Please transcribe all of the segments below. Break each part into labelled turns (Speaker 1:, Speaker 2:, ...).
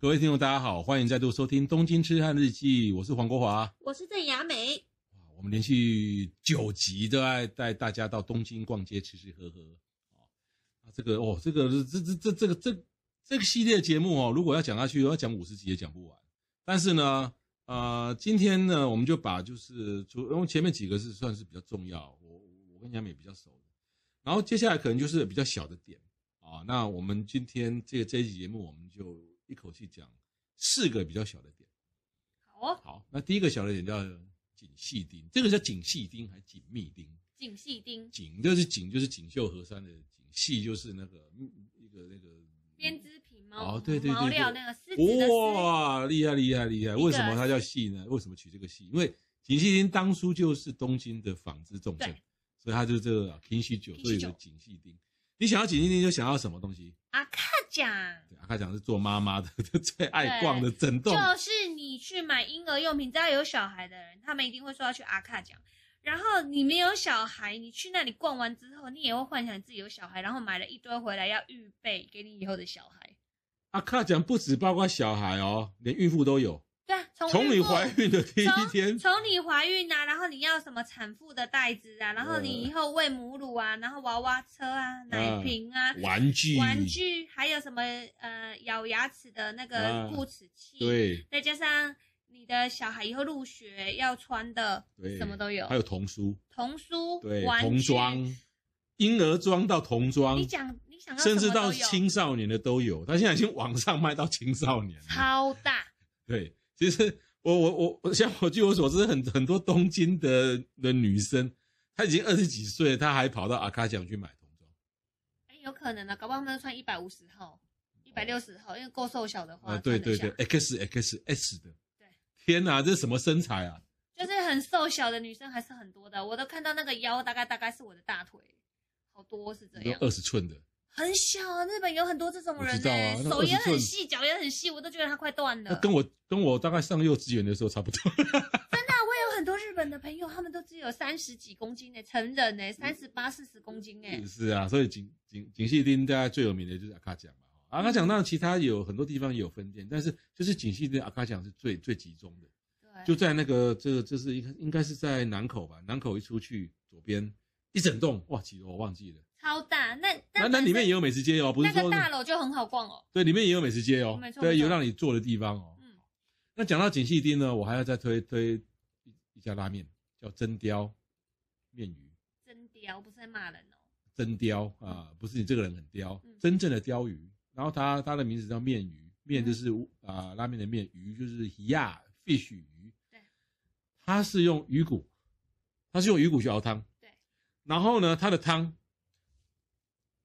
Speaker 1: 各位听众，大家好，欢迎再度收听《东京痴汉日记》，我是黄国华。
Speaker 2: 我是郑雅美，
Speaker 1: 我们连续九集都在带大家到东京逛街，吃吃喝喝。哦啊，这个哦，这个这这这这个这这个系列节目哦，如果要讲下去，要讲五十集也讲不完。但是呢，呃，今天呢，我们就把就是除因为前面几个是算是比较重要，我我跟雅美比较熟的，然后接下来可能就是比较小的点啊。那我们今天这这一集节目，我们就一口气讲四个比较小的点。
Speaker 2: 好哦，
Speaker 1: 好，那第一个小的点叫紧细钉，这个叫紧细钉还是紧密钉？
Speaker 2: 景细丁
Speaker 1: 紧就是紧，就是锦绣河山的紧；细就是那个嗯一个那个
Speaker 2: 编织品毛
Speaker 1: 哦对对对
Speaker 2: 毛料
Speaker 1: 对
Speaker 2: 那个丝织的丝，
Speaker 1: 哇，厉害厉害厉害！
Speaker 2: 一个
Speaker 1: 为什么它叫细呢？为什么取这个细？因为锦细丁当初就是东京的纺织重镇
Speaker 2: 对，
Speaker 1: 所以它就这个 k i n s h i 酒，
Speaker 2: Kinshiju
Speaker 1: 所以有锦细丁。你想要锦细丁，就想要什么东西？
Speaker 2: 阿卡奖，
Speaker 1: 对，阿卡讲是做妈妈的 最爱逛的整栋，
Speaker 2: 就是你去买婴儿用品，只要有小孩的人，他们一定会说要去阿卡奖。然后你没有小孩，你去那里逛完之后，你也会幻想自己有小孩，然后买了一堆回来要预备给你以后的小孩。
Speaker 1: 阿卡讲不止包括小孩哦，连孕妇都有。
Speaker 2: 对啊，从
Speaker 1: 从你
Speaker 2: 孕妇
Speaker 1: 怀孕的第一
Speaker 2: 从
Speaker 1: 天，
Speaker 2: 从你怀孕啊，然后你要什么产妇的袋子啊，然后你以后喂母乳啊，然后娃娃车啊，奶瓶啊，
Speaker 1: 玩具，
Speaker 2: 玩，具，还有什么呃咬牙齿的那
Speaker 1: 啊
Speaker 2: 个固齿器，，
Speaker 1: 对
Speaker 2: 再加上你的小孩以后入学要穿的，
Speaker 1: 对，
Speaker 2: 什么都有
Speaker 1: 还，有童书，
Speaker 2: 童书，
Speaker 1: 对，
Speaker 2: 玩具
Speaker 1: 童装，婴儿装到童装
Speaker 2: 你，讲你想要
Speaker 1: 甚至
Speaker 2: 什么
Speaker 1: 到
Speaker 2: 都有
Speaker 1: 青少年的都有。他现在已经网上卖到青少年了。
Speaker 2: 超大，
Speaker 1: 对，其实我我我我像我据我所知，很很多东京的的女生，她已经二十几岁了，她还跑到阿卡奖去买童装。
Speaker 2: 哎有可能的、搞不好他们都穿一百五十号、一百六十号，因为够瘦小的话，
Speaker 1: 啊，对
Speaker 2: 穿
Speaker 1: 对
Speaker 2: 得下
Speaker 1: 对，X X S 的
Speaker 2: 对。
Speaker 1: 天哪，这是什么身材啊？
Speaker 2: 就是很瘦小的女生还是很多的，我都看到那个腰大概大概是我的大腿，好多是这
Speaker 1: 都
Speaker 2: 样，
Speaker 1: 二十寸的。
Speaker 2: 很小啊。日本有很多这种
Speaker 1: 我
Speaker 2: 人
Speaker 1: 知道
Speaker 2: 呢、
Speaker 1: 啊那
Speaker 2: 手也
Speaker 1: 20寸
Speaker 2: 很细，脚也很细，我都觉得她快断了
Speaker 1: 那。跟我跟我大概上幼稚园的时候差不多。
Speaker 2: 真的啊、我也有很多日本的朋友，他们都只有三十几公斤呢、欸成人呢、三十八、四十公斤哎、
Speaker 1: 是啊，所以景景景细町大家最有名的就是阿卡奖嘛。阿卡奖
Speaker 2: 嗯
Speaker 1: 当然其他有很多地方也有分店，但是就是景细町阿卡奖是最最集中的，
Speaker 2: 对，
Speaker 1: 就在那个这个这是应该应该是在南口吧，南口一出去左边一整栋，哇，几楼我忘记了。
Speaker 2: 超大。那
Speaker 1: 那
Speaker 2: 那
Speaker 1: 那里面也有美食街哦，不是
Speaker 2: 那
Speaker 1: 说
Speaker 2: 个大楼就很好逛哦。
Speaker 1: 对，里面也有美食街哦
Speaker 2: 没，错没
Speaker 1: 对，
Speaker 2: 错
Speaker 1: 有让你坐的地方哦。
Speaker 2: 嗯，
Speaker 1: 那讲到景细町呢，我还要再推推一一家拉面，叫真雕面鱼。
Speaker 2: 真刁，不是在骂人哦。
Speaker 1: 真雕啊、不是你这个人很刁，
Speaker 2: 嗯
Speaker 1: 真正的鲷鱼。然后它它的名字叫面鱼，面
Speaker 2: 嗯
Speaker 1: 就是啊、拉面的面，鱼就是亚 fish 鱼。
Speaker 2: 对，
Speaker 1: 它是用鱼骨，它是用鱼骨去熬汤。
Speaker 2: 对，
Speaker 1: 然后呢，它的汤，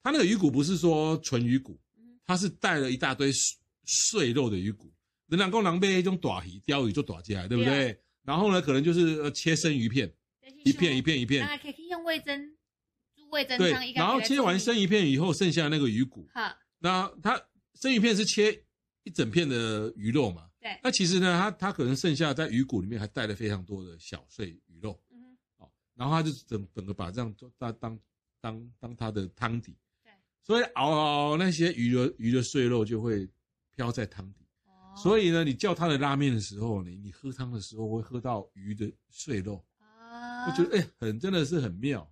Speaker 1: 它那个鱼骨不是说纯鱼骨，
Speaker 2: 嗯，
Speaker 1: 它是带了一大堆碎碎肉的鱼骨。人两公狼狈一种短鱼、鲷鱼就短起来，对不对？
Speaker 2: 啊
Speaker 1: 然后呢，可能就是呃切生鱼片，一片一片一片
Speaker 2: 哦那，可以用味增，猪味增
Speaker 1: 对
Speaker 2: 汤一，个。
Speaker 1: 然后切完生鱼片以后，剩下那个鱼骨，
Speaker 2: 好，
Speaker 1: 那它生鱼片是切一整片的鱼肉嘛？
Speaker 2: 对，
Speaker 1: 那其实呢，它它可能剩下在鱼骨里面还带了非常多的小碎鱼肉
Speaker 2: 嗯
Speaker 1: 哦，然后它就整整个把这样做当当当当它的汤底，
Speaker 2: 对，
Speaker 1: 所以熬熬熬那些鱼的鱼的碎肉就会飘在汤底，
Speaker 2: 哼，
Speaker 1: 所
Speaker 2: 以
Speaker 1: 以呢，你叫它的拉面的时候，你你喝汤的时候会喝到鱼的碎肉，
Speaker 2: 啊，
Speaker 1: 我觉得哎、很真的是很妙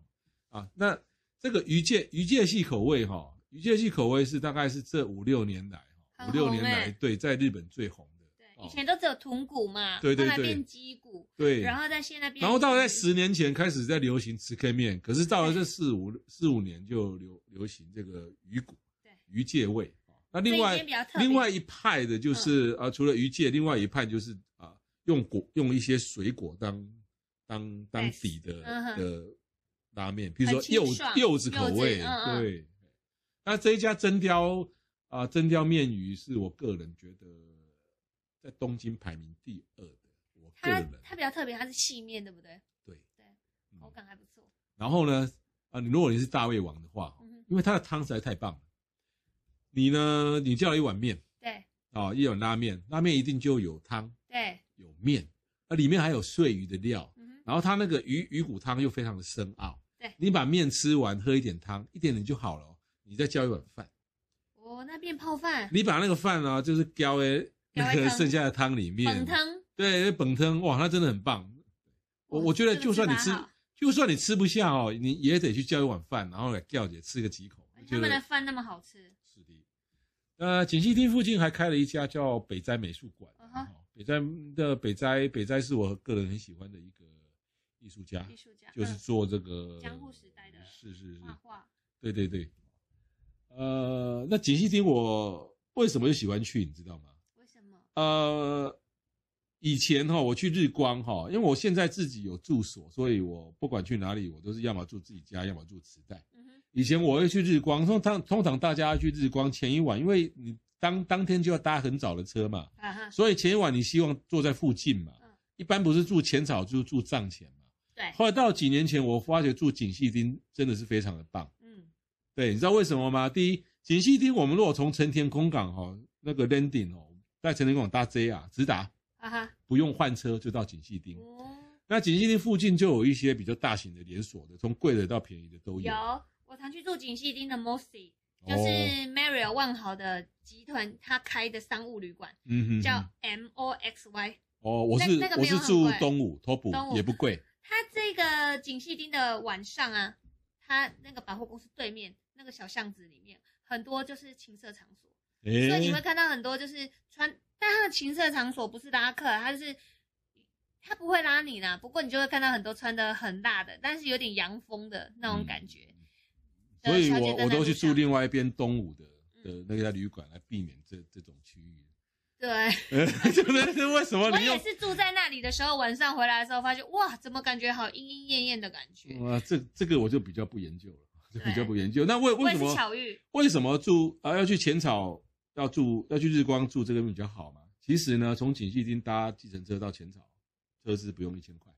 Speaker 1: 啊。那这个鱼介鱼介系口味哈、鱼介系口味是大概是这五六年来哈，五
Speaker 2: 很
Speaker 1: 六
Speaker 2: 红
Speaker 1: 年来、
Speaker 2: 欸
Speaker 1: 对，在日本最红的。
Speaker 2: 对，
Speaker 1: 哦
Speaker 2: 以前都只有豚骨嘛，
Speaker 1: 对对
Speaker 2: 后来
Speaker 1: 对
Speaker 2: 变鸡骨，
Speaker 1: 对，
Speaker 2: 然后在现在变，
Speaker 1: 然后到在，十年前开始在流行吃 K 面，可是到了这四五四五年就流流行这个鱼骨
Speaker 2: 对，
Speaker 1: 鱼介味啊。那
Speaker 2: 所以
Speaker 1: 另外
Speaker 2: 今天比较特别嗯
Speaker 1: 另外一派的就是啊，除了鱼介，另外一派就是啊，用果用一些水果当当当
Speaker 2: Nice
Speaker 1: 底的
Speaker 2: 嗯哼
Speaker 1: 的拉面，比如说
Speaker 2: 很清
Speaker 1: 柚
Speaker 2: 爽
Speaker 1: 柚子口味，
Speaker 2: 柚子嗯嗯
Speaker 1: 对。那这一家真雕啊，真雕面鱼是我个人觉得在东京排名第二的，我个
Speaker 2: 它
Speaker 1: 人
Speaker 2: 它比较特别，它是细面，对不对？
Speaker 1: 对嗯
Speaker 2: 口感还不错。
Speaker 1: 然后呢，啊，你如果你是大胃王的话，
Speaker 2: 嗯哼，
Speaker 1: 因为它的汤实在太棒了，你呢，你叫了一碗面
Speaker 2: 对
Speaker 1: 啊、一碗拉面，拉面一定就有汤
Speaker 2: 对，
Speaker 1: 有面，啊，里面还有碎鱼的料，
Speaker 2: 嗯哼，
Speaker 1: 然后它那个鱼鱼骨汤又非常的深奥，
Speaker 2: 对
Speaker 1: 你把面吃完，喝一点汤，一点点就好了哦、你再叫一碗饭，
Speaker 2: 我那边泡饭，
Speaker 1: 你把那个饭呢、就是浇诶那
Speaker 2: 浇在
Speaker 1: 个
Speaker 2: 汤
Speaker 1: 剩下的汤里面，
Speaker 2: 粉汤，
Speaker 1: 对，本汤哇，那真的很棒。我
Speaker 2: 哇
Speaker 1: 我觉得就算你吃
Speaker 2: 这个吃法好，
Speaker 1: 就算你吃不下哦，你也得去叫一碗饭，然后来吊姐吃个几口。我
Speaker 2: 哎他
Speaker 1: 觉得
Speaker 2: 们的饭那么好吃，
Speaker 1: 是的。呃，锦溪町附近还开了一家叫北斋美术馆。
Speaker 2: 嗯哼
Speaker 1: 哦北斋的北斋，北斋是我个人很喜欢的一个艺术家，
Speaker 2: 艺术家
Speaker 1: 就是
Speaker 2: 嗯啊
Speaker 1: 做这个
Speaker 2: 江户时代的
Speaker 1: 是是是，
Speaker 2: 画画，
Speaker 1: 对对对。呃，那锦溪町我为什么又喜欢去，你知道吗？
Speaker 2: 为什么？
Speaker 1: 呃，以前哈、我去日光哈、因为我现在自己有住所，所以我不管去哪里，我都是要么住自己家，要么住磁带。
Speaker 2: 嗯哼，
Speaker 1: 以前我会去日光，通常通常大家去日光前一晚，因为你当当天就要搭很早的车嘛，
Speaker 2: 啊哈，
Speaker 1: 所以前一晚你希望坐在附近嘛
Speaker 2: 嗯。哎
Speaker 1: 一般不是住浅草，就是住藏前嘛。
Speaker 2: 对，
Speaker 1: 后来到几年前，我发觉住锦细町真的是非常的棒。
Speaker 2: 嗯，
Speaker 1: 对，你知道为什么吗？第一，锦细町我们如果从成田空港哈、哦、那个 landing 哦，在成田空港搭 JR 直达，
Speaker 2: 啊哈，
Speaker 1: 不用换车就到锦细町。
Speaker 2: 哦，
Speaker 1: 那锦细町附近就有一些比较大型的连锁的，从贵的到便宜的都有。
Speaker 2: 有，我常去住锦溪町的 Mossy，就
Speaker 1: 哦，
Speaker 2: 是 Mario 万豪的集团他开的商务旅馆，
Speaker 1: 嗯哼
Speaker 2: 叫
Speaker 1: 哼
Speaker 2: M O X Y。
Speaker 1: 哦，我是
Speaker 2: 那那个
Speaker 1: 我
Speaker 2: 没
Speaker 1: 是
Speaker 2: 有很
Speaker 1: 住
Speaker 2: 贵
Speaker 1: 东武，托普
Speaker 2: 东武
Speaker 1: 也不贵。
Speaker 2: 它这个锦细町的晚上啊，它那个百货公司对面那个小巷子里面，很多就是情色场 所，所以
Speaker 1: 诶
Speaker 2: 你会看到很多就是穿，但它的情色场所不是拉客，它就是它不会拉你啦，不过你就会看到很多穿的很辣的，但是有点洋风的那
Speaker 1: 嗯
Speaker 2: 种感觉。
Speaker 1: 所以
Speaker 2: 的小姐
Speaker 1: 我
Speaker 2: 站在
Speaker 1: 我都去
Speaker 2: 路上
Speaker 1: 住另外一边东武的的
Speaker 2: 嗯
Speaker 1: 那个旅馆来避免这这种区域。
Speaker 2: 对，
Speaker 1: 呃， 就是是为什么
Speaker 2: 我
Speaker 1: 你
Speaker 2: 也
Speaker 1: 用？
Speaker 2: 是住在那里的时候，晚上回来的时候发现，哇，怎么感觉好莺莺燕燕的感觉？
Speaker 1: 哇，这这个我就比较不研究了，就比较
Speaker 2: 对
Speaker 1: 不研究。那为
Speaker 2: 我
Speaker 1: 为
Speaker 2: 也
Speaker 1: 什
Speaker 2: 是
Speaker 1: 么？
Speaker 2: 巧遇，
Speaker 1: 为什么住啊、要去浅草要住要去日光住这个比较好嘛？其实呢，从锦溪町搭计程车到浅草，车资不用一千块。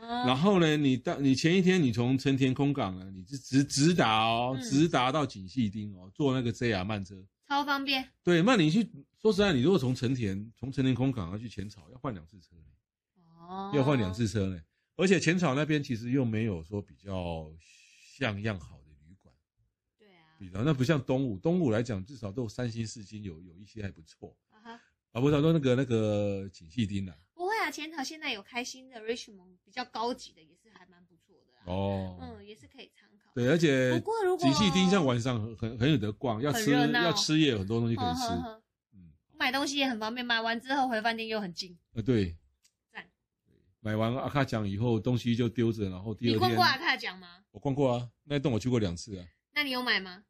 Speaker 1: 然
Speaker 2: 哦，
Speaker 1: 后呢，你到你前一天你从成田空港呢，你是直直达哦，
Speaker 2: 嗯
Speaker 1: 直达到锦溪町哦，坐那个 JR 慢车。
Speaker 2: 超方便。
Speaker 1: 对，那你去说实在，你如果从成田从成田空港要去浅草，要换两次车呢，
Speaker 2: 哦，
Speaker 1: 要换两次车呢。而且浅草那边其实又没有说比较像样好的旅馆。
Speaker 2: 对啊，
Speaker 1: 比较，那不像东武，东武来讲至少都有三星、四星，有有一些还不错。
Speaker 2: 啊哈，
Speaker 1: 啊，不是说那个那个锦细町啊，
Speaker 2: 不会啊，浅草现在有开新的 Richmond 比较高级的，也是还蛮不错的、啊。
Speaker 1: 哦，
Speaker 2: 嗯，也是可以参考。
Speaker 1: 对，而且
Speaker 2: 不过如果
Speaker 1: 锦细町像晚上很很很有得逛，要
Speaker 2: 很
Speaker 1: 吃
Speaker 2: 热闹
Speaker 1: 要吃也有很多东西可以
Speaker 2: 呵
Speaker 1: 吃。
Speaker 2: 呵呵，
Speaker 1: 嗯，
Speaker 2: 买东西也很方便，买完之后回饭店又很近。
Speaker 1: 啊对
Speaker 2: 赞，
Speaker 1: 买完阿卡奖以后，东西就丢着，然后第
Speaker 2: 你
Speaker 1: 二
Speaker 2: 逛
Speaker 1: 天
Speaker 2: 过阿卡奖吗？
Speaker 1: 我逛过啊，那一栋我去过两次啊，
Speaker 2: 那你有买吗？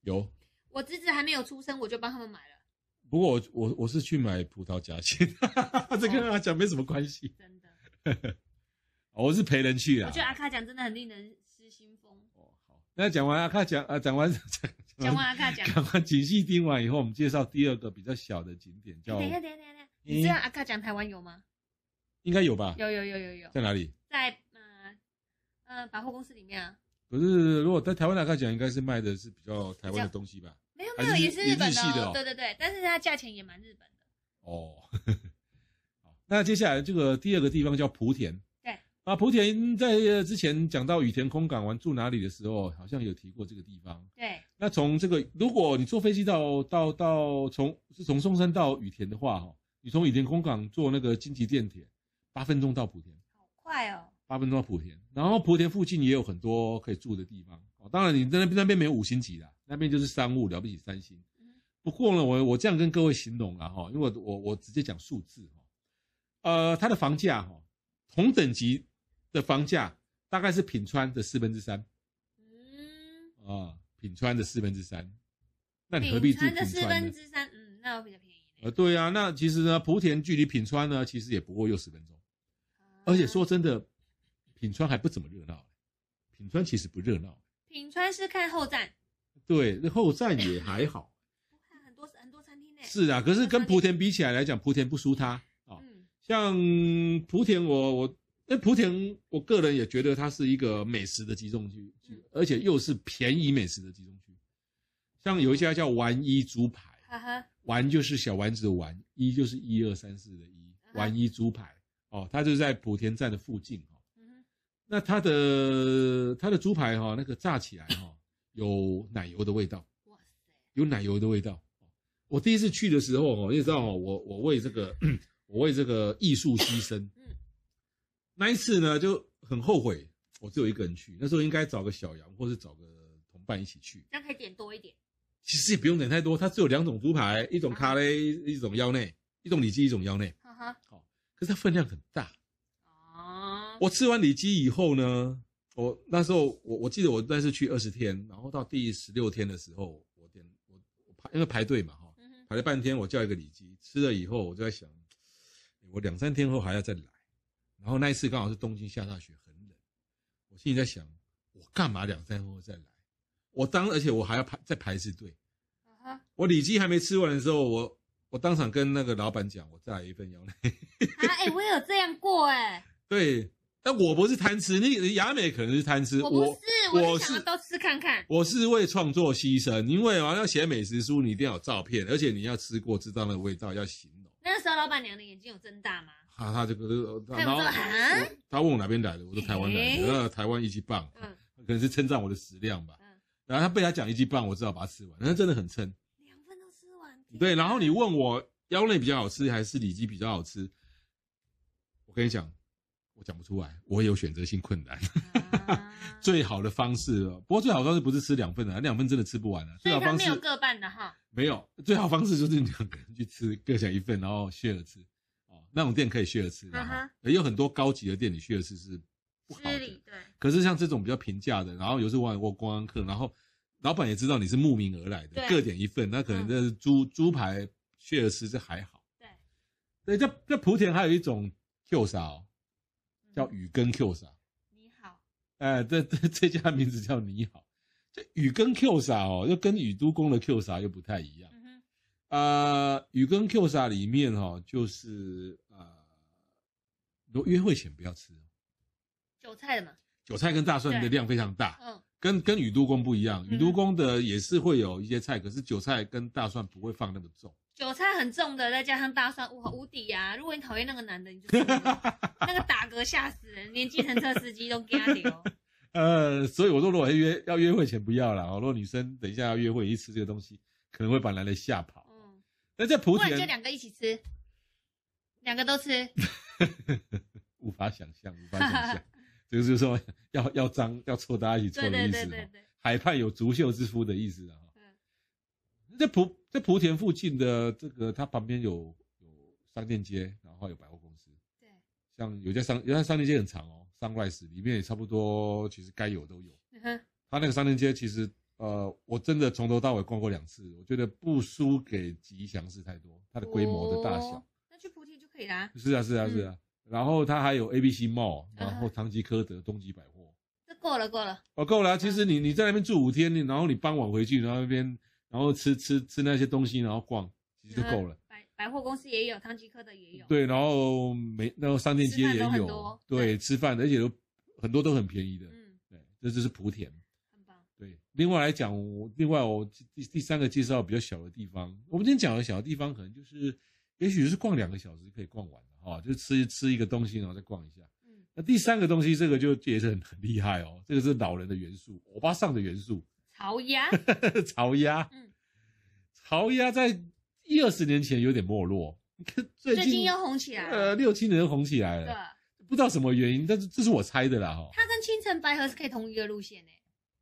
Speaker 1: 有。
Speaker 2: 我侄子还没有出生，我就帮他们买了，
Speaker 1: 不过我我我是去买葡萄夹心，这跟阿奖没什么关系，
Speaker 2: 真的。
Speaker 1: 我是陪人去啊。
Speaker 2: 我觉得阿卡奖真的很令人失心疯。
Speaker 1: 哦好，那讲完阿卡讲啊，讲完
Speaker 2: 讲完阿卡奖，
Speaker 1: 讲完景细町完以后，我们介绍第二个比较小的景点，
Speaker 2: 哎
Speaker 1: 叫
Speaker 2: 等一下，等一下，等一下，你知道阿卡奖台湾有吗？
Speaker 1: 应该有吧？
Speaker 2: 有有有有有，
Speaker 1: 在哪里？
Speaker 2: 在呃呃百货公司里面啊，
Speaker 1: 不是，如果在台湾来看讲，应该是卖的是比较台湾的东西吧？
Speaker 2: 没有
Speaker 1: 还
Speaker 2: 没
Speaker 1: 是
Speaker 2: 有，也
Speaker 1: 日
Speaker 2: 是
Speaker 1: 也
Speaker 2: 日本
Speaker 1: 日
Speaker 2: 的
Speaker 1: 系的哦
Speaker 2: 哦，对对对，但是它价钱也蛮日本的。
Speaker 1: 哦，好，那接下来这个第二个地方叫莆田。
Speaker 2: 对。
Speaker 1: 啊，莆田在呃之前讲到羽田空港玩住哪里的时候，好像有提过这个地方。
Speaker 2: 对，
Speaker 1: 那从这个，如果你坐飞机到到到从是从松山到羽田的话，哈，你从羽田空港坐那个京急电铁，八分钟到莆田。
Speaker 2: 好快哦。
Speaker 1: 八分钟到莆田，然后莆田附近也有很多可以住的地方。哦，当然你在那边那边没有五星级啦，那边就是商务，了不起三星
Speaker 2: 嗯。
Speaker 1: 不过呢，我我这样跟各位形容啦哈，因为我我我直接讲数字哈，呃，它的房价哈，同等级的房价大概是品川的四分之三
Speaker 2: 嗯，
Speaker 1: 啊，品川的四分之三，那你何必
Speaker 2: 品
Speaker 1: 住品
Speaker 2: 川
Speaker 1: 川呢？
Speaker 2: 的四分之三，嗯，那我比较便宜
Speaker 1: 呃，
Speaker 2: 呢。
Speaker 1: 对啊，那其实呢，莆田距离品川呢，其实也不过六十分钟。而且说
Speaker 2: 啊
Speaker 1: 真的，品川还不怎么热闹，品川其实不热闹，
Speaker 2: 品川是看后站，
Speaker 1: 对，那后站也还好，
Speaker 2: 看很多很多餐厅呢。
Speaker 1: 是啊，可是跟莆田比起来来讲，莆田不输它啊、哦
Speaker 2: 嗯
Speaker 1: 像莆田我，我那莆田，我个人也觉得它是一个美食的集中区，
Speaker 2: 嗯
Speaker 1: 而且又是便宜美食的集中区。像有一家叫丸一猪排，
Speaker 2: 哈哈，
Speaker 1: 丸就是小丸子的丸，一就是一二三四的一，
Speaker 2: 嗯哼
Speaker 1: 丸一猪排哦，它就在莆田站的附近哦。
Speaker 2: 嗯
Speaker 1: 那它的它的猪排哈、那个炸起来哈、有奶油的味道。
Speaker 2: 哼，哇塞，
Speaker 1: 有奶油的味道。我第一次去的时候哦，你也知道哦，我我为这个 我为这个艺术牺牲。
Speaker 2: 嗯
Speaker 1: 那一次呢就很后悔，我只有一个人去，那时候应该找个小杨或是找个同伴一起去。
Speaker 2: 这样可以点多一点，
Speaker 1: 其实也不用点太多，它只有两种猪排，一种咖喱，一种腰内，一种里脊，一种腰内。
Speaker 2: 哈哈，
Speaker 1: 可是它分量很大。
Speaker 2: 哦，
Speaker 1: 我吃完里脊以后呢，我那时候我我记得我那次去二十天，然后到第十六天的时候，我点我我排因为排队嘛哈，
Speaker 2: 嗯哼，
Speaker 1: 排了半天，我叫一个里脊，吃了以后，我就在想，我两三天后还要再来。然后那一次刚好是东京下大雪，很冷，我心里在想，我干嘛两三天后再来？我当而且我还要排再排一次队。
Speaker 2: 哈哈，
Speaker 1: 我里脊还没吃完的时候，我我当场跟那个老板讲，我再来一份腰内。
Speaker 2: 啊，哎、我也有这样过哎、
Speaker 1: 对，但我不是贪吃，你雅美可能是贪吃，
Speaker 2: 我
Speaker 1: 我
Speaker 2: 不是，我
Speaker 1: 我
Speaker 2: 是想
Speaker 1: 是
Speaker 2: 要都吃看看，
Speaker 1: 我是为创作牺牲，因为啊要写美食书，你一定要有照片，而且你要吃过，知道那个味道，要形容。
Speaker 2: 那时候老板娘的眼睛有睁大吗？
Speaker 1: 他他这个，呃
Speaker 2: 他有
Speaker 1: 然后
Speaker 2: 说啊
Speaker 1: 他问我哪边来的，我说台湾来的，
Speaker 2: 诶
Speaker 1: 呃，台湾一级棒，
Speaker 2: 嗯
Speaker 1: 可能是称赞我的食量吧。
Speaker 2: 嗯，
Speaker 1: 然后他被他讲一级棒，我只好把它吃完，那真的很撑。
Speaker 2: 两份都吃完，
Speaker 1: 对，然后你问我腰内比较好吃还是里脊比较好吃，我跟你讲，我讲不出来，我也有选择性困难。
Speaker 2: 嗯啊
Speaker 1: 最好的方式哦，不过最好的方式不是吃两份啊，两份真的吃不完啊。
Speaker 2: 所
Speaker 1: 最
Speaker 2: 以
Speaker 1: 好
Speaker 2: 他
Speaker 1: 方
Speaker 2: 没
Speaker 1: 式
Speaker 2: 有各半的哈，
Speaker 1: 没有，最好方式就是两个人去吃，各享一份，然后 share 吃。哦，那种店可以 share 吃的哈
Speaker 2: 啊
Speaker 1: 有很多高级的店你 share 吃是不好
Speaker 2: 失
Speaker 1: 的
Speaker 2: 礼。对，
Speaker 1: 可是像这种比较平价的，然后有时候外国观光客，然后老板也知道你是慕名而来的，
Speaker 2: 对
Speaker 1: 各点一份，那可能
Speaker 2: 嗯
Speaker 1: 这是猪、猪排 share 吃这还好。
Speaker 2: 对，嗯
Speaker 1: 对，在在莆田还有一种 Q 沙、哦，叫
Speaker 2: 嗯
Speaker 1: 雨根 Q 沙。
Speaker 2: 你好，
Speaker 1: 哎，这这这家名字叫你好，这雨跟 Q 啥哦，又跟雨都宫的 Q 啥又不太一样。
Speaker 2: 嗯哼，
Speaker 1: 啊，雨跟 Q 啥里面哦，就是呃，如果约会前不要吃哦，
Speaker 2: 韭菜的嘛，
Speaker 1: 韭菜跟大蒜的
Speaker 2: 对
Speaker 1: 量非常大，
Speaker 2: 嗯，
Speaker 1: 跟跟雨都宫不一样。
Speaker 2: 嗯
Speaker 1: 雨都宫的也是会有一些菜，可是韭菜跟大蒜不会放那么重。
Speaker 2: 韭菜很重的，再加上大蒜，哇，无敌呀、如果你讨厌那个男的，你就吃了 那个打嗝吓死人，连计程车司机都给他 留。
Speaker 1: 呃，所以我说，如果要约要约会前不要啦，哦，如果女生等一下要约会一吃这个东西，可能会把男人吓跑。
Speaker 2: 嗯，
Speaker 1: 那在
Speaker 2: 不
Speaker 1: 莆
Speaker 2: 然就
Speaker 1: 田
Speaker 2: 两个一起吃，两个 都吃。
Speaker 1: 无法想象，无法想象， 这个就是说要要脏要臭，大家一起臭
Speaker 2: 对
Speaker 1: 的
Speaker 2: 对
Speaker 1: 意思。啊
Speaker 2: 对对对，
Speaker 1: 海畔有足秀之夫的意思啊。
Speaker 2: 嗯
Speaker 1: 在莆在莆田附近的这个，它旁边有有商店街，然后有百货公司，
Speaker 2: 对，
Speaker 1: 像有家商有家商店街很长哦，Sunrise 里面也差不多，其实该有都有。
Speaker 2: 嗯哼，
Speaker 1: 它那个商店街其实呃，我真的从头到尾逛过两次，我觉得不输给吉祥寺太多，它的规模的大小。
Speaker 2: 哦，那去莆田就可以啦。
Speaker 1: 是啊，是啊，
Speaker 2: 嗯
Speaker 1: 是啊。然后它还有 A B C Mall，
Speaker 2: 嗯哼
Speaker 1: 然后唐吉诃德、东急百货。
Speaker 2: 这够了够了，
Speaker 1: 哦，够了啊、其实
Speaker 2: 嗯
Speaker 1: 你你在那边住五天，你然后你傍晚回去，然后那边然后吃吃吃那些东西，然后逛，其实就够了。
Speaker 2: 百百货公司也有，唐吉诃德也有。，
Speaker 1: 对，然后每那个商店街也
Speaker 2: 吃饭都很
Speaker 1: 有
Speaker 2: 多，
Speaker 1: 对，
Speaker 2: 对
Speaker 1: 吃饭，而且都很多都很便宜的。
Speaker 2: 嗯，
Speaker 1: 对，这就是莆田。
Speaker 2: 很棒。
Speaker 1: 对，另外来讲，我另外我第第三个介绍比较小的地方，我们今天讲的小的地方，可能就是也许是逛两个小时就可以逛完的哈、就吃吃一个东西，然后再逛一下。
Speaker 2: 嗯，
Speaker 1: 那第三个东西，这个就就也是很很厉害哦，这个是老人的元素，欧巴桑的元素，
Speaker 2: 朝鸭，
Speaker 1: 潮鸭。
Speaker 2: 嗯
Speaker 1: 潮鸭在一二十年前有点没落， 最
Speaker 2: 最近又红起来
Speaker 1: 呃
Speaker 2: 了。
Speaker 1: 六七年红起来
Speaker 2: 对，
Speaker 1: 了，不知道什么原因，但是这是我猜的啦哈、哦。
Speaker 2: 它跟青城白河是可以同一个路线诶。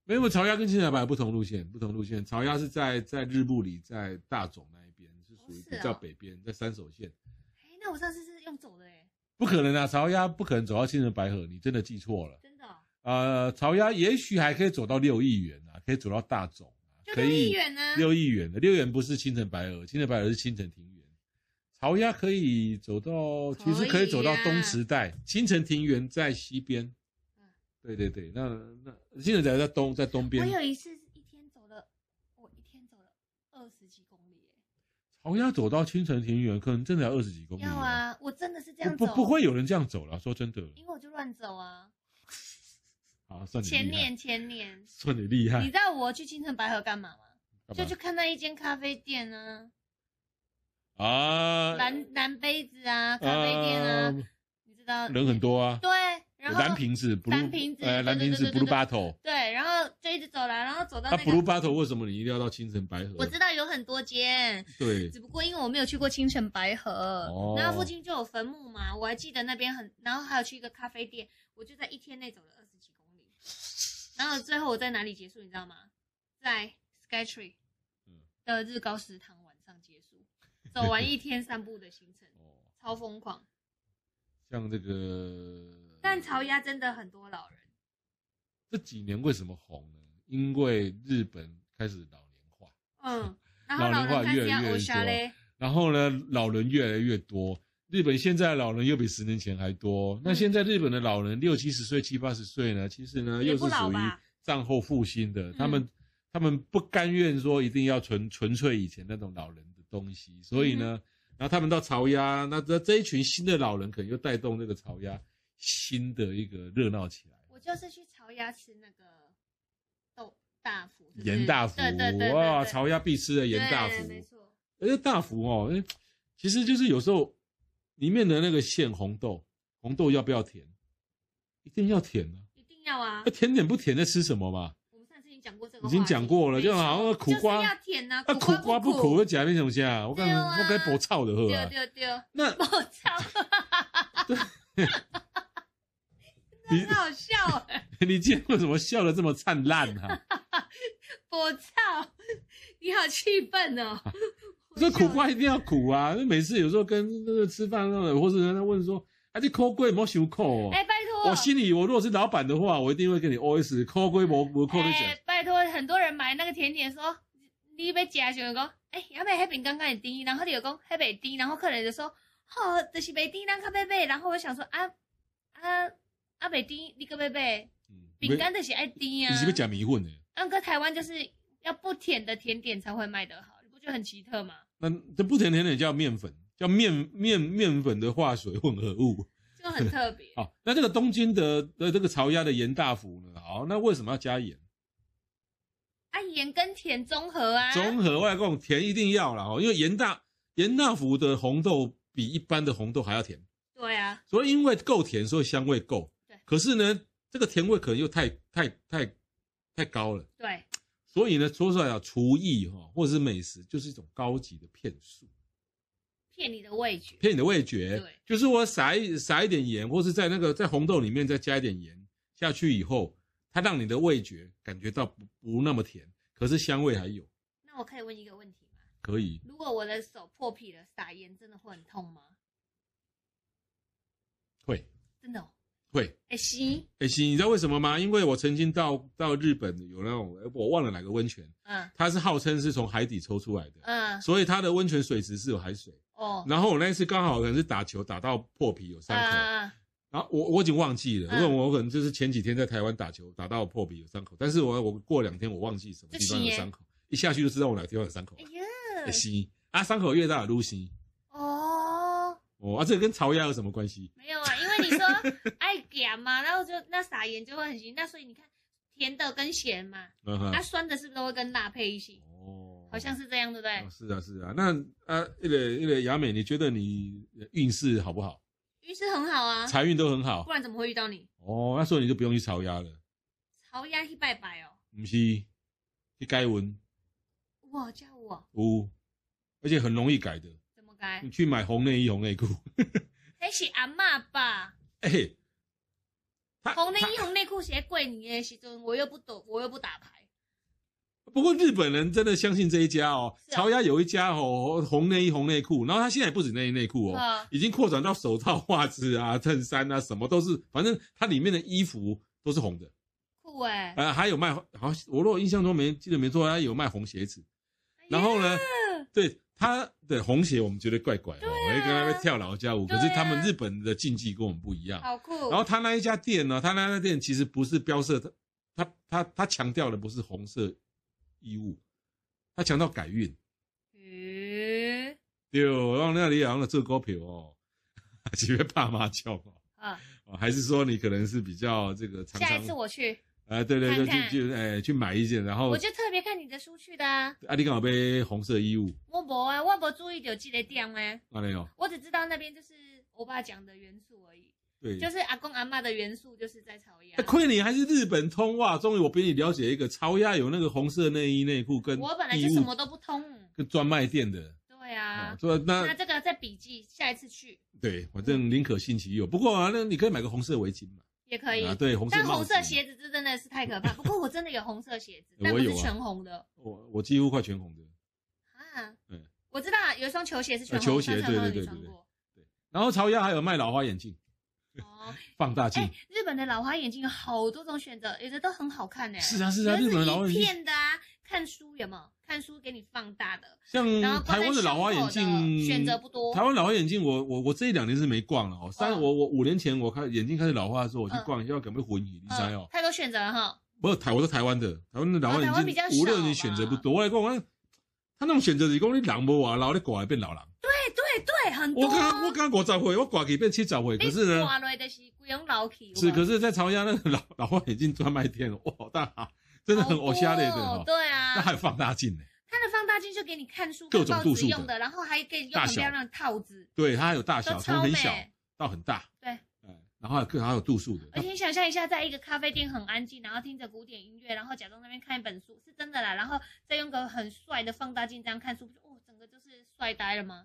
Speaker 1: 没有，潮鸭跟青海白不同路线，不同路线。潮鸭是在在日暮里，在大冢那一边，是属于
Speaker 2: 哦是
Speaker 1: 比
Speaker 2: 哦
Speaker 1: 较北边，在三手线。
Speaker 2: 哎，那我上次是用走的欸诶，
Speaker 1: 不可能啊，潮鸭不可能走到青城白河，你真的记错了。
Speaker 2: 真的哦。
Speaker 1: 呃，潮鸭也许还可以走到六亿元啊，可以走到大冢啊，
Speaker 2: 就
Speaker 1: 可
Speaker 2: 六亿
Speaker 1: 以
Speaker 2: 元呢？
Speaker 1: 六亿元的六元不是青城白鹅，青城白鹅是青城庭园。潮鸭可以走到，其实可以走到东池带，青城庭园在西边
Speaker 2: 嗯。
Speaker 1: 对对对，那那青城宅在东，在东边
Speaker 2: 我。有一次是一天走了，我一天走了二十几公里耶，欸
Speaker 1: 哦，要走到清晨庭园，可能真的要二十几公里。
Speaker 2: 要，啊，我真的是这样
Speaker 1: 不
Speaker 2: 走，
Speaker 1: 不不，会有人这样走了。说真的，
Speaker 2: 因为我就乱走啊。
Speaker 1: 啊，算你
Speaker 2: 前
Speaker 1: 厉害，
Speaker 2: 年前年，
Speaker 1: 算你厉
Speaker 2: 你
Speaker 1: 害
Speaker 2: 知。道我去青城白河干嘛吗？就
Speaker 1: 干
Speaker 2: 去
Speaker 1: 嘛
Speaker 2: 看那一间咖啡店啊，
Speaker 1: 啊，
Speaker 2: 蓝蓝杯子啊，咖啡店啊，你知道？
Speaker 1: 呃人很多啊。
Speaker 2: 对，然后
Speaker 1: 蓝瓶子，blue，
Speaker 2: 蓝瓶子
Speaker 1: 呃，
Speaker 2: 对对
Speaker 1: 蓝瓶子
Speaker 2: 对对对
Speaker 1: ，blue bottle。
Speaker 2: 对，然后就一直走来，然后走到
Speaker 1: 啊
Speaker 2: 那
Speaker 1: ，blue
Speaker 2: 个，
Speaker 1: bottle 为什么你一定要到清晨白河？
Speaker 2: 我知道有很多间，
Speaker 1: 对，
Speaker 2: 只不过因为我没有去过青城白河，
Speaker 1: 哦
Speaker 2: 然后附近就有坟墓嘛，我还记得那边很，然后还有去一个咖啡店，我就在一天内走了二十几公里，然后最后我在哪里结束，你知道吗？在 Skytree
Speaker 1: 嗯
Speaker 2: 的日高食堂晚上结束，走完一天散步的行程，
Speaker 1: 哦，
Speaker 2: 超疯狂。
Speaker 1: 像这个，
Speaker 2: 但潮鸭真的很多老人，
Speaker 1: 这几年为什么红呢？因为日本开始老年化，
Speaker 2: 嗯，然后
Speaker 1: 老龄化
Speaker 2: 人开始
Speaker 1: 越来
Speaker 2: 要
Speaker 1: 越
Speaker 2: 欧沙
Speaker 1: 多
Speaker 2: 嘞，
Speaker 1: 然后呢，老人越来越多。日本现在的老人又比十年前还多。那
Speaker 2: 嗯
Speaker 1: 现在日本的老人六七十岁、七八十岁呢，其实呢
Speaker 2: 也
Speaker 1: 又
Speaker 2: 不
Speaker 1: 是
Speaker 2: 老
Speaker 1: 属于
Speaker 2: 吧
Speaker 1: 战后复兴的，他
Speaker 2: 嗯
Speaker 1: 们他们不甘愿说一定要纯纯粹以前那种老人的东西，所以
Speaker 2: 嗯
Speaker 1: 呢，然后他们到潮鸭，那这这一群新的老人可能又带动这个潮鸭新的一个热闹起来。
Speaker 2: 我就是去潮鸭吃那个豆大福，就是
Speaker 1: 盐大福，
Speaker 2: 对对对对
Speaker 1: 哇，
Speaker 2: 对
Speaker 1: 潮鸭必吃的盐大
Speaker 2: 对
Speaker 1: 福，
Speaker 2: 没错。
Speaker 1: 而且大福哦，诶其实就是有时候里面的那个馅红豆，红豆要不要甜？一定要甜啊！
Speaker 2: 一定要啊
Speaker 1: 那！甜点不甜在吃什么嘛？
Speaker 2: 我们上次已经讲过这个话
Speaker 1: 已
Speaker 2: 题，
Speaker 1: 经讲过了
Speaker 2: 没
Speaker 1: 就
Speaker 2: 错
Speaker 1: 好像苦瓜
Speaker 2: 就是要甜呐、
Speaker 1: 那苦瓜不苦，
Speaker 2: 啊苦
Speaker 1: 我假面什么啊？我讲
Speaker 2: 对啊
Speaker 1: 我该薄炒的喝
Speaker 2: 丢
Speaker 1: 啊。
Speaker 2: 丢 丢，
Speaker 1: 那
Speaker 2: 我操！真的好笑 哎！
Speaker 1: 你你今天为什么笑得这么灿烂啊？
Speaker 2: 我操，你好气愤哦！我
Speaker 1: 这
Speaker 2: 笑
Speaker 1: 苦瓜一定要苦啊！那每次有时候跟那个吃饭那种，或者人家问说，啊，这抠贵莫修扣哦。
Speaker 2: 哎，拜托，
Speaker 1: 我心里，我如果是老板的话，我一定会跟你 O S 抠龟毛不抠的讲
Speaker 2: 哎，，拜托，很多人买那个甜点说，你要加就讲，哎，要买黑饼干干低，然后你有讲黑饼低，然后客人就说，哦，就是袂低，咱较要买，然后我想说啊啊啊袂低，你个要买
Speaker 1: 嗯
Speaker 2: 饼干就是爱低啊。
Speaker 1: 你是不是假迷混呢？
Speaker 2: 安哥，台湾就是要不甜的甜点才会卖得好，你不觉得很奇特吗？
Speaker 1: 那这不甜甜的叫面粉，叫面面面粉的化水混合物。。
Speaker 2: 就很特别
Speaker 1: 好，那这个东京的的这个潮鸭的盐大福呢？好，那为什么要加盐？
Speaker 2: 啊，盐跟甜综合啊，
Speaker 1: 综合外供甜一定要啦，哦，因为盐大盐大福的红豆比一般的红豆还要甜，
Speaker 2: 对啊，
Speaker 1: 所以因为够甜，所以香味够。
Speaker 2: 对
Speaker 1: 可是呢，这个甜味可能又太太太太高了，
Speaker 2: 对，
Speaker 1: 所以呢，说出来啊，厨艺哈、或者是美食，就是一种高级的骗术。
Speaker 2: 骗你的味觉。
Speaker 1: 骗你的味觉
Speaker 2: 对，
Speaker 1: 就是我撒一撒一点盐，或是在那个在红豆里面再加一点盐下去以后，它让你的味觉感觉到不不那么甜，可是香味还有，
Speaker 2: 那我可以问一个问题吗？
Speaker 1: 可以
Speaker 2: 如果我的手破皮了，撒盐真的会很痛吗？
Speaker 1: 会
Speaker 2: 真的、哦？
Speaker 1: 会。
Speaker 2: 哎、行，
Speaker 1: 哎，行，你知道为什么吗？因为我曾经到到日本有那种，呃我忘了哪个温泉，
Speaker 2: 嗯
Speaker 1: 它是号称是从海底抽出来的，
Speaker 2: 嗯，
Speaker 1: 所以它的温泉水质是有海水。
Speaker 2: 哦，
Speaker 1: 然后我那一次刚好可能是打球打到破皮有伤口，
Speaker 2: 啊，
Speaker 1: 然后我我已经忘记了，因
Speaker 2: 嗯
Speaker 1: 为我可能就是前几天在台湾打球打到破皮有伤口，但是我我过两天我忘记什么地方有伤口，一下去就知道我哪个地方有伤口
Speaker 2: 哎
Speaker 1: 了。
Speaker 2: 呀，
Speaker 1: 西啊，伤口越大越西
Speaker 2: 哦，
Speaker 1: 哦啊，这个跟潮鸭有什么关系？
Speaker 2: 没有啊，因为 你说爱咸嘛，然后就那撒盐就会很咸，那所以你看甜的跟咸嘛，
Speaker 1: 嗯哼
Speaker 2: 那、，酸的是不是都会跟辣配一起？
Speaker 1: 哦
Speaker 2: 啊好像是这样，对不对
Speaker 1: 哦？是啊是啊，那啊那个那个雅美，你觉得你运势好不好？
Speaker 2: 运势很好啊，
Speaker 1: 财运都很好
Speaker 2: 不然怎么会遇到你？
Speaker 1: 哦，那所以你就不用去潮鸭了，
Speaker 2: 朝鸭去拜拜哦，
Speaker 1: 不是去改文
Speaker 2: 哇，叫我
Speaker 1: 屋，而且很容易改的，
Speaker 2: 怎么改
Speaker 1: 你？去买红内衣红内裤。
Speaker 2: 那是阿嬷吧？
Speaker 1: 哎、他
Speaker 2: 红内
Speaker 1: 他
Speaker 2: 衣、红内裤鞋柜你的时阵，我又不懂，我又不打牌，
Speaker 1: 不过日本人真的相信这一家哦，
Speaker 2: 是啊
Speaker 1: 潮鸭有一家哦，红内衣、红内裤，然后他现在也不止内衣内裤哦，
Speaker 2: 啊，
Speaker 1: 已经扩展到手套、袜子啊、衬衫啊，什么都是，反正它里面的衣服都是红的。
Speaker 2: 酷哎！
Speaker 1: 呃，还有卖，好，我如果印象中没记得没错，他有卖红鞋子。然后呢，对他的红鞋我们觉得怪怪哦，
Speaker 2: 对啊
Speaker 1: 因为跟他们跳老家舞，可
Speaker 2: 对啊
Speaker 1: 是他们日本的禁忌跟我们不一样。哦
Speaker 2: 哎好酷，
Speaker 1: 然后他那一家店呢，他那家店其实不是标色，他他他他强调的不是红色衣物，他强调改运。
Speaker 2: 咦，
Speaker 1: 对，哦然后那里好像做股票哦， 是被爸妈叫哦
Speaker 2: 啊，
Speaker 1: 哦，还是说你可能是比较这个常常
Speaker 2: 下一次我去，
Speaker 1: 啊、对对，就
Speaker 2: 看看
Speaker 1: 就就哎去买一件，然后
Speaker 2: 我就特别看你的书去的啊。
Speaker 1: 啊，你刚好被红色衣物，
Speaker 2: 我无啊，我无注意到这个点啊，
Speaker 1: 啊没有，
Speaker 2: 我只知道那边就是我爸讲的元素而已，
Speaker 1: 对，
Speaker 2: 就是阿公阿妈的元素就是在朝阳
Speaker 1: 哎。亏你还是日本通哇！终于我比你了解一个超亚有那个红色内衣内裤跟
Speaker 2: 我本来就什么都不通，
Speaker 1: 跟专卖店的
Speaker 2: 对
Speaker 1: 啊，
Speaker 2: 啊。
Speaker 1: 对、那
Speaker 2: 那这个在笔记，下一次去
Speaker 1: 对，反
Speaker 2: 嗯
Speaker 1: 正宁可信其有。不过啊，那你可以买个红色围巾嘛，
Speaker 2: 也可以
Speaker 1: 啊，。对，红色
Speaker 2: 但
Speaker 1: 帽
Speaker 2: 红
Speaker 1: 子，
Speaker 2: 色，鞋子这真的是太可怕。不过我真的有红色鞋子 但
Speaker 1: 我
Speaker 2: 不
Speaker 1: 有啊
Speaker 2: 是全红的
Speaker 1: 我我几乎快全红的。
Speaker 2: 啊
Speaker 1: 嗯。
Speaker 2: 我知道啊有一双球鞋是全
Speaker 1: 啊球
Speaker 2: 红，
Speaker 1: 鞋
Speaker 2: 上次
Speaker 1: 对
Speaker 2: 有没
Speaker 1: 对
Speaker 2: 有
Speaker 1: 对
Speaker 2: 你穿过？
Speaker 1: 然后超亚还有卖老花眼镜，
Speaker 2: 哦，
Speaker 1: 放大镜。
Speaker 2: 哎，日本的老花眼镜有好多种选择，有的都很好看呢。
Speaker 1: 是啊是啊，
Speaker 2: 有
Speaker 1: 日
Speaker 2: 的
Speaker 1: 本的老花
Speaker 2: 是一
Speaker 1: 眼镜，
Speaker 2: 片的啊，看书有没有？看书给你放大的，然后
Speaker 1: 像
Speaker 2: 挂
Speaker 1: 嗯台
Speaker 2: 在
Speaker 1: 湾的老花眼
Speaker 2: 胸口的
Speaker 1: 镜
Speaker 2: 选择不多。
Speaker 1: 台湾老花眼镜我，我我这一两年是没逛了哦。三、
Speaker 2: 嗯
Speaker 1: 我我五年前我开眼睛开始老化的时候，我去
Speaker 2: 嗯
Speaker 1: 逛一下，可能会混淆，你知道
Speaker 2: 嗯太多选择了哈，
Speaker 1: 不是台，我说台湾的，台湾的老
Speaker 2: 哦台
Speaker 1: 外
Speaker 2: 湾
Speaker 1: 已
Speaker 2: 比
Speaker 1: 经
Speaker 2: 较
Speaker 1: 无论
Speaker 2: 少
Speaker 1: 你
Speaker 2: 吧
Speaker 1: 选择不多，我来讲，我他那种选择是讲你人不啊，老你挂变老人。
Speaker 2: 对对对，很多。
Speaker 1: 我刚我刚五十岁，我挂起变七十岁，可
Speaker 2: 你
Speaker 1: 是呢，
Speaker 2: 挂下来的是贵阳老气有没
Speaker 1: 是
Speaker 2: 有，
Speaker 1: 可是，在朝阳那个老 老花眼镜专卖店，哇，大真的很偶像类的
Speaker 2: 好多哦
Speaker 1: 哦，
Speaker 2: 对
Speaker 1: 那
Speaker 2: 啊
Speaker 1: 还，有放大镜呢，
Speaker 2: 它的放大镜就给你看书、
Speaker 1: 各
Speaker 2: 看
Speaker 1: 种
Speaker 2: 报
Speaker 1: 度数
Speaker 2: 纸
Speaker 1: 的
Speaker 2: 用的，然后还给你用
Speaker 1: 大
Speaker 2: 很
Speaker 1: 小
Speaker 2: 漂亮的套子，
Speaker 1: 对，它还有大小，
Speaker 2: 都
Speaker 1: 从
Speaker 2: 超
Speaker 1: 很小
Speaker 2: 美。
Speaker 1: 到很大，
Speaker 2: 对哎
Speaker 1: 哎，然后还有各还有度数的，
Speaker 2: 而且你想象一下，在一个咖啡店很安静，然后听着古典音乐，然后假装那边看一本书，是真的啦。然后再用个很帅的放大镜这样看书，哦，整个就是帅呆 了吗？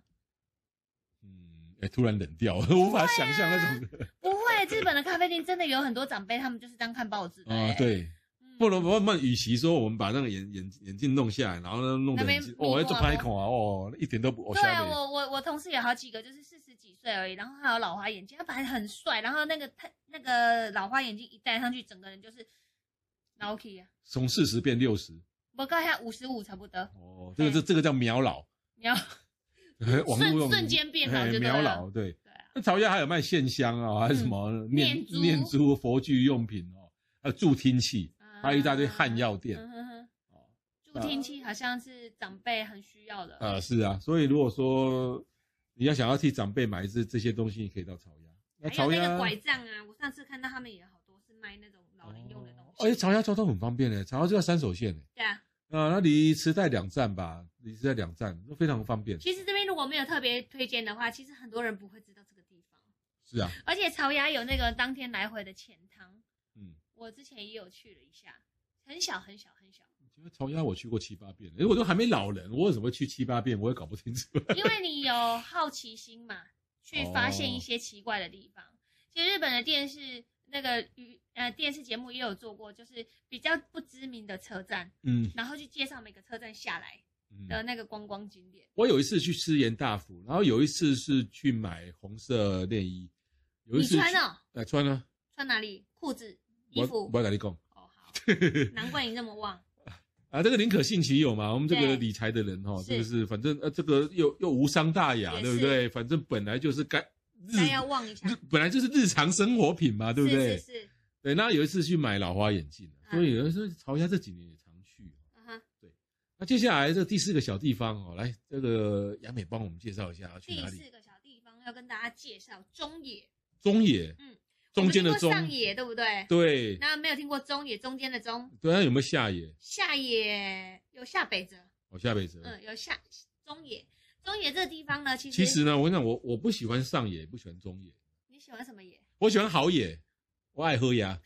Speaker 1: 嗯，哎，突然冷掉，我 无法想象那种
Speaker 2: 不会，日本的咖啡店真的有很多长辈，他们就是这样看报纸的、
Speaker 1: 啊
Speaker 2: 欸。，
Speaker 1: 对。
Speaker 2: 嗯，
Speaker 1: 不能不能，与其说我们把那个眼眼眼镜弄下来，然后呢弄得很
Speaker 2: 那边
Speaker 1: 近
Speaker 2: 密
Speaker 1: 哦，
Speaker 2: 码
Speaker 1: 做拍孔啊，哦，一点都不，我
Speaker 2: 对啊，
Speaker 1: 下面
Speaker 2: 我我我同事有好几个，就是四十几岁而已，然后还有老花眼镜，他本来很帅，然后那个他那个老花眼镜一戴上去，整个人就是老 K 啊，
Speaker 1: 从四十变六十，
Speaker 2: 我告诉他五十五差不多，
Speaker 1: 哦，这个这这个叫秒老，
Speaker 2: 你 要
Speaker 1: 哎 网络用语
Speaker 2: 瞬间变老
Speaker 1: 哎
Speaker 2: 就对了
Speaker 1: 秒老，对。
Speaker 2: 对啊，嗯
Speaker 1: 那朝阳还有卖线香啊，还有什么念
Speaker 2: 念珠
Speaker 1: 念珠佛具用品哦，还有助听器，还有一大堆汉药店
Speaker 2: 嗯哼哼
Speaker 1: 哦，
Speaker 2: 助听器好像是长辈很需要的，
Speaker 1: 啊，是啊，所以如果说你要想要替长辈买这这些东西，你可以到朝阳。那
Speaker 2: 还有
Speaker 1: 朝
Speaker 2: 那个
Speaker 1: 阳
Speaker 2: 拐杖啊，我上次看到他们也好多是卖那种老人用的东
Speaker 1: 而且哦
Speaker 2: 西，
Speaker 1: 朝哎阳交通很方便嘞，朝阳就在三手线嘞。
Speaker 2: 对啊。
Speaker 1: 啊，那离池袋两站吧，离池袋两站都非常方便。
Speaker 2: 其实这边如果没有特别推荐的话，其实很多人不会知道这个地方。
Speaker 1: 是啊，
Speaker 2: 而且朝雅有那个当天来回的钱汤，
Speaker 1: 嗯，
Speaker 2: 我之前也有去了一下，很小很小很小，
Speaker 1: 因为朝阳我去过七八遍了，因为我都还没老人，我为什么会去七八遍，我也搞不清楚。
Speaker 2: 因为你有好奇心嘛，去发现
Speaker 1: 哦
Speaker 2: 一些奇怪的地方。其实日本的电视那个娱呃电视节目也有做过，就是比较不知名的车站，
Speaker 1: 嗯
Speaker 2: 然后去介绍每个车站下来的
Speaker 1: 嗯，
Speaker 2: 那个观光景点。
Speaker 1: 我有一次去吃盐大福，然后有一次是去买红色内衣，有一
Speaker 2: 你
Speaker 1: 次
Speaker 2: 穿
Speaker 1: 了？
Speaker 2: 哦，
Speaker 1: 哎，穿了，
Speaker 2: 穿哪里？裤子、衣
Speaker 1: 我
Speaker 2: 服？
Speaker 1: 我跟你讲
Speaker 2: 哦，好，难怪你那么旺。
Speaker 1: 啊，这个宁可信其有嘛，我们这个
Speaker 2: 对
Speaker 1: 理财的人哈，
Speaker 2: 是
Speaker 1: 这个是反正呃，这个又又无伤大雅，
Speaker 2: 也
Speaker 1: 对不
Speaker 2: 是
Speaker 1: 对？反正本来就是该 日
Speaker 2: 大家要旺一下
Speaker 1: 日，本来就是日常生活品嘛，对不对？
Speaker 2: 是是是，
Speaker 1: 对，那有一次去买老花眼镜，
Speaker 2: 啊
Speaker 1: 所以有的时候朝阳这几年也常去。啊
Speaker 2: 嗯哼，
Speaker 1: 那接下来这第四个小地方哦，来，这个雅美帮我们介绍一下要去
Speaker 2: 第
Speaker 1: 哪里？
Speaker 2: 四个小地方要跟大家介绍中野。
Speaker 1: 中野，
Speaker 2: 嗯
Speaker 1: 中间的中
Speaker 2: 我，们听过上野对不对？
Speaker 1: 对嗯
Speaker 2: 那没有听过中野，中间的中，
Speaker 1: 对，啊那有没有下野？
Speaker 2: 下野有下北泽，
Speaker 1: 哦，下北泽。
Speaker 2: 嗯，有下中野。中野这个地方呢，其实
Speaker 1: 其实呢，我跟你讲，我我不喜欢上野，也不喜欢中野，
Speaker 2: 你喜欢什么野？
Speaker 1: 我喜欢好野，我爱喝牙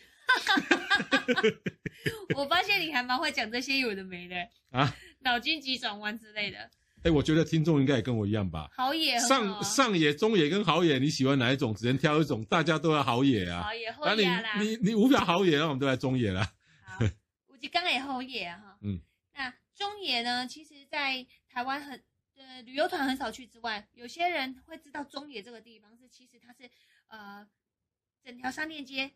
Speaker 2: 我发现你还蛮会讲这些有的没的，
Speaker 1: 啊。
Speaker 2: 脑筋急转弯之类的。
Speaker 1: 哎，我觉得听众应该也跟我一样吧。
Speaker 2: 好野很好啊
Speaker 1: 上上野、中野跟好野，你喜欢哪一种？只能挑一种，大家都要好野啊。
Speaker 2: 好野后
Speaker 1: 那
Speaker 2: 野啦，
Speaker 1: 你你你无法好野，那我们都来中野啦。
Speaker 2: 好，我就刚也后野啊哈。
Speaker 1: 嗯，
Speaker 2: 那中野呢，其实在台湾很呃旅游团很少去之外，有些人会知道中野这个地方是其实它是呃整条商店街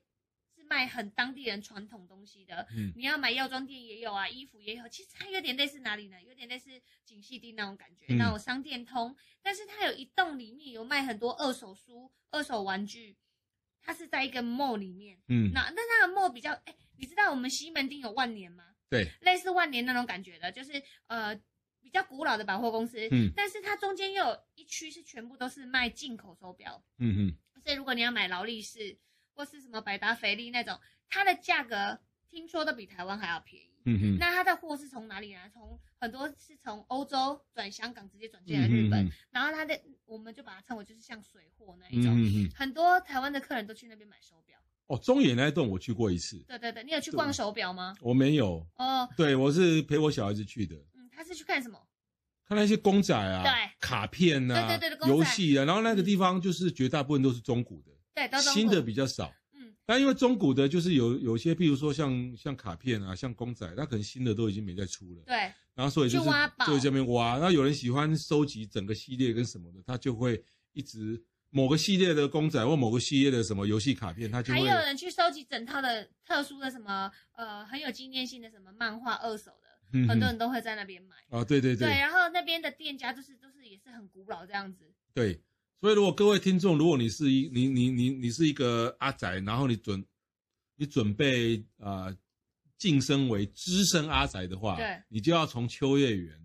Speaker 2: 是卖很当地人传统东西的。
Speaker 1: 嗯，
Speaker 2: 你要买药妆店也有啊，衣服也有，其实它有点类似哪里呢？有点类似锦细町那种感觉，
Speaker 1: 嗯
Speaker 2: 那种商店通。但是它有一栋里面有卖很多二手书、二手玩具，它是在一个 mall 里面。
Speaker 1: 嗯，
Speaker 2: 那那那个墨比较，哎、你知道我们西门町有万年吗？
Speaker 1: 对，
Speaker 2: 类似万年那种感觉的，就是呃比较古老的百货公司，
Speaker 1: 嗯
Speaker 2: 但是它中间又有一区是全部都是卖进口手表，
Speaker 1: 嗯嗯，
Speaker 2: 所以如果你要买劳力士或是什么百达翡丽那种，它的价格听说都比台湾还要便宜。
Speaker 1: 嗯哼，
Speaker 2: 那它的货是从哪里来？从很多是从欧洲转香港，直接转进来
Speaker 1: 嗯
Speaker 2: 日
Speaker 1: 哼
Speaker 2: 本，
Speaker 1: 嗯
Speaker 2: 然后它的我们就把它称为就是像水货那一
Speaker 1: 嗯
Speaker 2: 种。
Speaker 1: 哼嗯哼，
Speaker 2: 很多台湾的客人都去那边买手表。
Speaker 1: 哦，中野那一栋我去过一次，
Speaker 2: 对对对，你有去逛手表吗？
Speaker 1: 我没有，
Speaker 2: 哦，
Speaker 1: 对我是陪我小孩子去的，
Speaker 2: 嗯，他是去看什么？
Speaker 1: 看那些公仔啊，
Speaker 2: 对
Speaker 1: 卡片呐、啊，
Speaker 2: 对对对公仔
Speaker 1: 游戏啊，然后那个地方就是绝大部分都是中古的，
Speaker 2: 对，都中
Speaker 1: 新的
Speaker 2: 国
Speaker 1: 比较少。
Speaker 2: 嗯
Speaker 1: 但因为中古的，就是有有些，譬如说像像卡片啊，像公仔，它可能新的都已经没再出了，
Speaker 2: 对
Speaker 1: 然后所以就是
Speaker 2: 去挖宝
Speaker 1: 就这边挖。那有人喜欢收集整个系列跟什么的，他就会一直某个系列的公仔或某个系列的什么游戏卡片，他就
Speaker 2: 还
Speaker 1: 会
Speaker 2: 有人去收集整套的特殊的什么呃很有纪念性的什么漫画二手的，
Speaker 1: 嗯
Speaker 2: 很多
Speaker 1: 哼
Speaker 2: 人都会在那边买。
Speaker 1: 啊，对对
Speaker 2: 对，
Speaker 1: 对
Speaker 2: 然后那边的店家就是都是也是很古老这样子。
Speaker 1: 对。所以如果各位听众，如果你是一你你你你是一个阿宅，然后你准你准备啊晋升为资深阿宅的话，
Speaker 2: 对，
Speaker 1: 你就要从秋叶原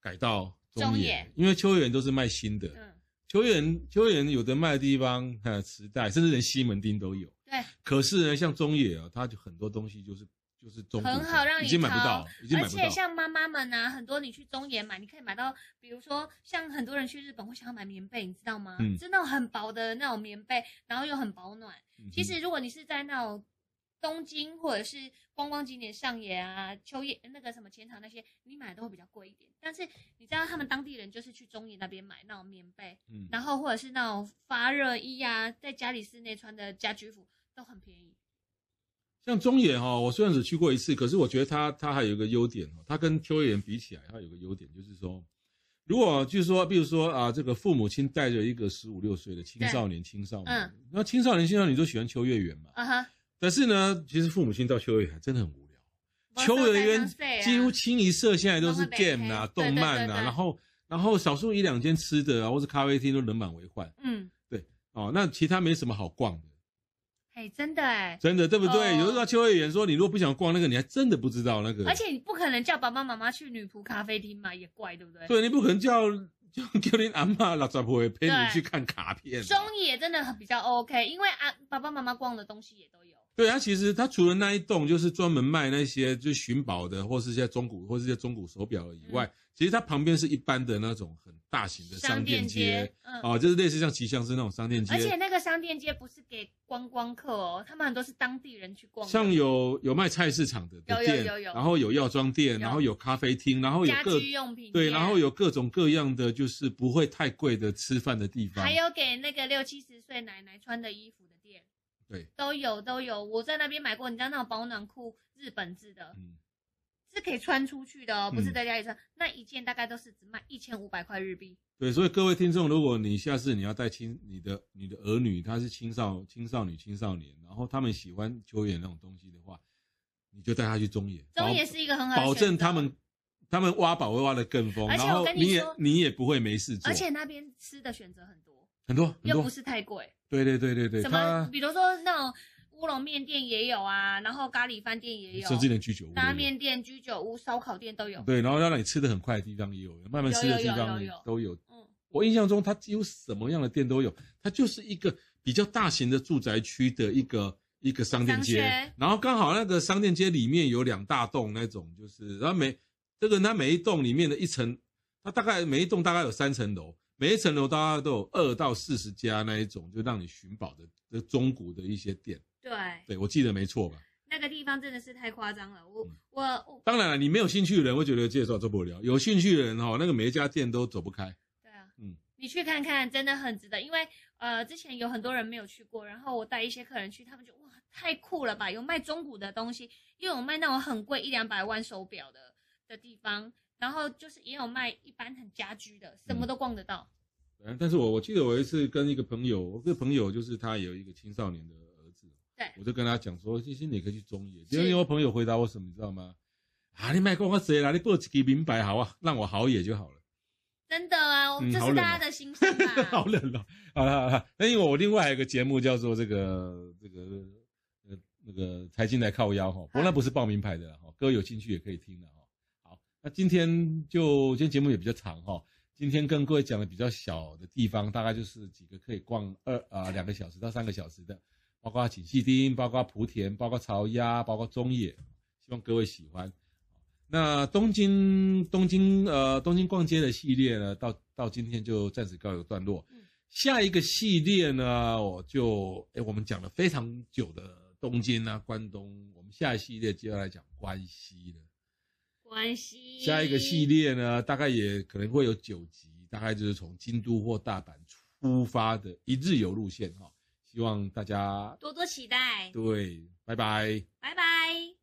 Speaker 1: 改到中
Speaker 2: 中
Speaker 1: 野
Speaker 2: 野，
Speaker 1: 因为秋叶原都是卖新的，
Speaker 2: 嗯，
Speaker 1: 球员球员有的卖的地方，呃，磁带，甚至连西门町都有。
Speaker 2: 对，
Speaker 1: 可是呢，像中野啊，它就很多东西就是就是中古的
Speaker 2: 很好让你
Speaker 1: 已经买不
Speaker 2: 淘
Speaker 1: 到，已经买
Speaker 2: 而
Speaker 1: 不
Speaker 2: 且
Speaker 1: 到。
Speaker 2: 像妈妈们呢、很多你去中野买，你可以买到，比如说像很多人去日本会想要买棉被，你知道吗？
Speaker 1: 嗯
Speaker 2: 是那种很薄的那种棉被，然后又很保暖。
Speaker 1: 嗯哼
Speaker 2: 其实如果你是在那种东京或者是观光景点上野啊、秋叶那个什么浅草那些，你买都会比较贵一点。但是你知道他们当地人就是去中野那边买那种棉被，
Speaker 1: 嗯
Speaker 2: 然后或者是那种发热衣啊，在家里室内穿的家居服都很便宜。
Speaker 1: 像中野哈、我虽然只去过一次，可是我觉得它它还有一个优点哦，它跟秋叶原比起来，它有个优点就是说，如果就是说，比如说啊，这个父母亲带着一个十五六岁的青
Speaker 2: 对
Speaker 1: 少年、青少年
Speaker 2: 嗯，
Speaker 1: 那、青少年、青少年都喜欢秋叶原嘛。
Speaker 2: 啊哈，
Speaker 1: 但是呢，其实父母亲到秋叶原还真的很无聊。秋叶
Speaker 2: 我
Speaker 1: 原
Speaker 2: 说在啊
Speaker 1: 几乎清一色现在都是
Speaker 2: 都会被
Speaker 1: game 啊、
Speaker 2: 黑对
Speaker 1: 动漫
Speaker 2: 对对
Speaker 1: 啊，
Speaker 2: 对
Speaker 1: 然后然后少数一两间吃的啊，或是咖啡厅都人满为患
Speaker 2: 嗯，
Speaker 1: 哦。那其他没什么好逛的，
Speaker 2: 哎，真的哎。
Speaker 1: 真的对不对？
Speaker 2: 哦
Speaker 1: 有的时候秋叶原说你如果不想逛那个，你还真的不知道那个，
Speaker 2: 而且你不可能叫爸爸妈妈去女仆咖啡厅嘛，也怪对不对？
Speaker 1: 对你不可能叫叫叫你阿妈老丈婆陪你
Speaker 2: 对
Speaker 1: 去看卡片啊。
Speaker 2: 中野真的很比较 OK，因为啊，爸爸妈妈逛的东西也都有。
Speaker 1: 对，啊它其实它除了那一栋就是专门卖那些就寻宝的，或是一些中古或是一些中古手表的以
Speaker 2: 嗯
Speaker 1: 外，其实它旁边是一般的那种很大型的商店街。，
Speaker 2: 嗯，
Speaker 1: 哦，就是类似像吉祥寺那种商店街，
Speaker 2: 而且那个商店街不是给观光客哦，他们很多是当地人去逛的，
Speaker 1: 像有有卖菜市场的的
Speaker 2: 有有
Speaker 1: 店，
Speaker 2: 有有
Speaker 1: 然后有药妆店，
Speaker 2: 有
Speaker 1: 然后有咖啡厅，然后有
Speaker 2: 家
Speaker 1: 各
Speaker 2: 居用品店，
Speaker 1: 对，然后有各种各样的就是不会太贵的吃饭的地方。
Speaker 2: 还有给那个六七十岁奶奶穿的衣服的店，
Speaker 1: 对，
Speaker 2: 都有都有。我在那边买过，你知道那种保暖裤，日本制的，
Speaker 1: 嗯，
Speaker 2: 是可以穿出去的哦，不是
Speaker 1: 嗯
Speaker 2: 在家里穿。那一件大概都是只卖一千五百块日币。
Speaker 1: 对，所以各位听众，如果你下次你要带青你的你的儿女，他是青少青少女青少年，然后他们喜欢球员那种东西的话，你就带他去中野，
Speaker 2: 中野
Speaker 1: 保
Speaker 2: 是一个很好的
Speaker 1: 保
Speaker 2: 选
Speaker 1: 证
Speaker 2: 择
Speaker 1: 他们他们挖宝会挖得更疯，
Speaker 2: 而且
Speaker 1: 然
Speaker 2: 我
Speaker 1: 后
Speaker 2: 跟你
Speaker 1: 你也
Speaker 2: 说
Speaker 1: 你也不会没事做，
Speaker 2: 而且那边吃的选择很多，
Speaker 1: 很多很
Speaker 2: 又
Speaker 1: 多
Speaker 2: 不，是太贵。
Speaker 1: 对对对对对，
Speaker 2: 什
Speaker 1: 他
Speaker 2: 么，比如说那种乌龙面店也有啊，然后咖喱饭店也有，
Speaker 1: 甚至连居酒屋都有
Speaker 2: 拉面店、居酒屋、烧烤店都有。
Speaker 1: 对，然后要让你吃的很快的地方也有，慢慢吃的地方也
Speaker 2: 有有有有有
Speaker 1: 都有。
Speaker 2: 嗯，
Speaker 1: 我印象中，它几乎什么样的店都有，它就是一个比较大型的住宅区的一个一个商店街
Speaker 2: 商圈，
Speaker 1: 然后刚好那个商店街里面有两大栋那种，就是然后每这个它每一栋里面的一层，它大概每一栋大概有三层楼，每一层楼大概都有二到四十家那一种，就让你寻宝的的中古的一些店。
Speaker 2: 对，
Speaker 1: 对我记得没错吧？
Speaker 2: 那个地方真的是太夸张了。我、
Speaker 1: 嗯
Speaker 2: 我哦我，
Speaker 1: 当然了，你没有兴趣的人会觉得介绍做不了，有兴趣的人哈、哦，那个每一家店都走不开。
Speaker 2: 对啊，
Speaker 1: 嗯
Speaker 2: 你去看看，真的很值得。因为呃，之前有很多人没有去过，然后我带一些客人去，他们就哇，太酷了吧！有卖中古的东西，又有卖那种很贵一两百万手表的的地方，然后就是也有卖一般很家居的，什
Speaker 1: 嗯
Speaker 2: 么都逛得到。
Speaker 1: 反正但是我我记得我有一次跟一个朋友，我这个朋友就是他有一个青少年的儿子，
Speaker 2: 对
Speaker 1: 我就跟他讲说，其实你可以去中野。
Speaker 2: 是
Speaker 1: 结果我朋友回答我什么，你知道吗？啊，你卖光我谁啦？你报几个明白好啊，让我好野就好了。
Speaker 2: 真的啊，
Speaker 1: 嗯
Speaker 2: 这
Speaker 1: 好
Speaker 2: 是
Speaker 1: 冷
Speaker 2: 大
Speaker 1: 哦
Speaker 2: 家的心声
Speaker 1: 好
Speaker 2: 啊。
Speaker 1: 冷哦，好了好了，那因为我另外还有一个节目叫做这个这个呃那个财经来靠腰哈，不过那不是报名牌的啦哈，各位有兴趣也可以听的哈。好，那今天就今天节目也比较长哈，今天跟各位讲的比较小的地方，大概就是几个可以逛二啊、两个小时到三个小时的，包括锦细町，包括莆田，包括巢鸭，包括中野，希望各位喜欢。那东京东京呃东京逛街的系列呢，到到今天就暂时告一个段落。
Speaker 2: 嗯
Speaker 1: 下一个系列呢，我就哎我们讲了非常久的东京啊关东，我们下一系列接下来讲关西了。
Speaker 2: 关系。
Speaker 1: 下一个系列呢，大概也可能会有九集，大概就是从京都或大阪出发的一日游路线哈、希望大家
Speaker 2: 多多期待，
Speaker 1: 对，拜拜。
Speaker 2: 拜拜。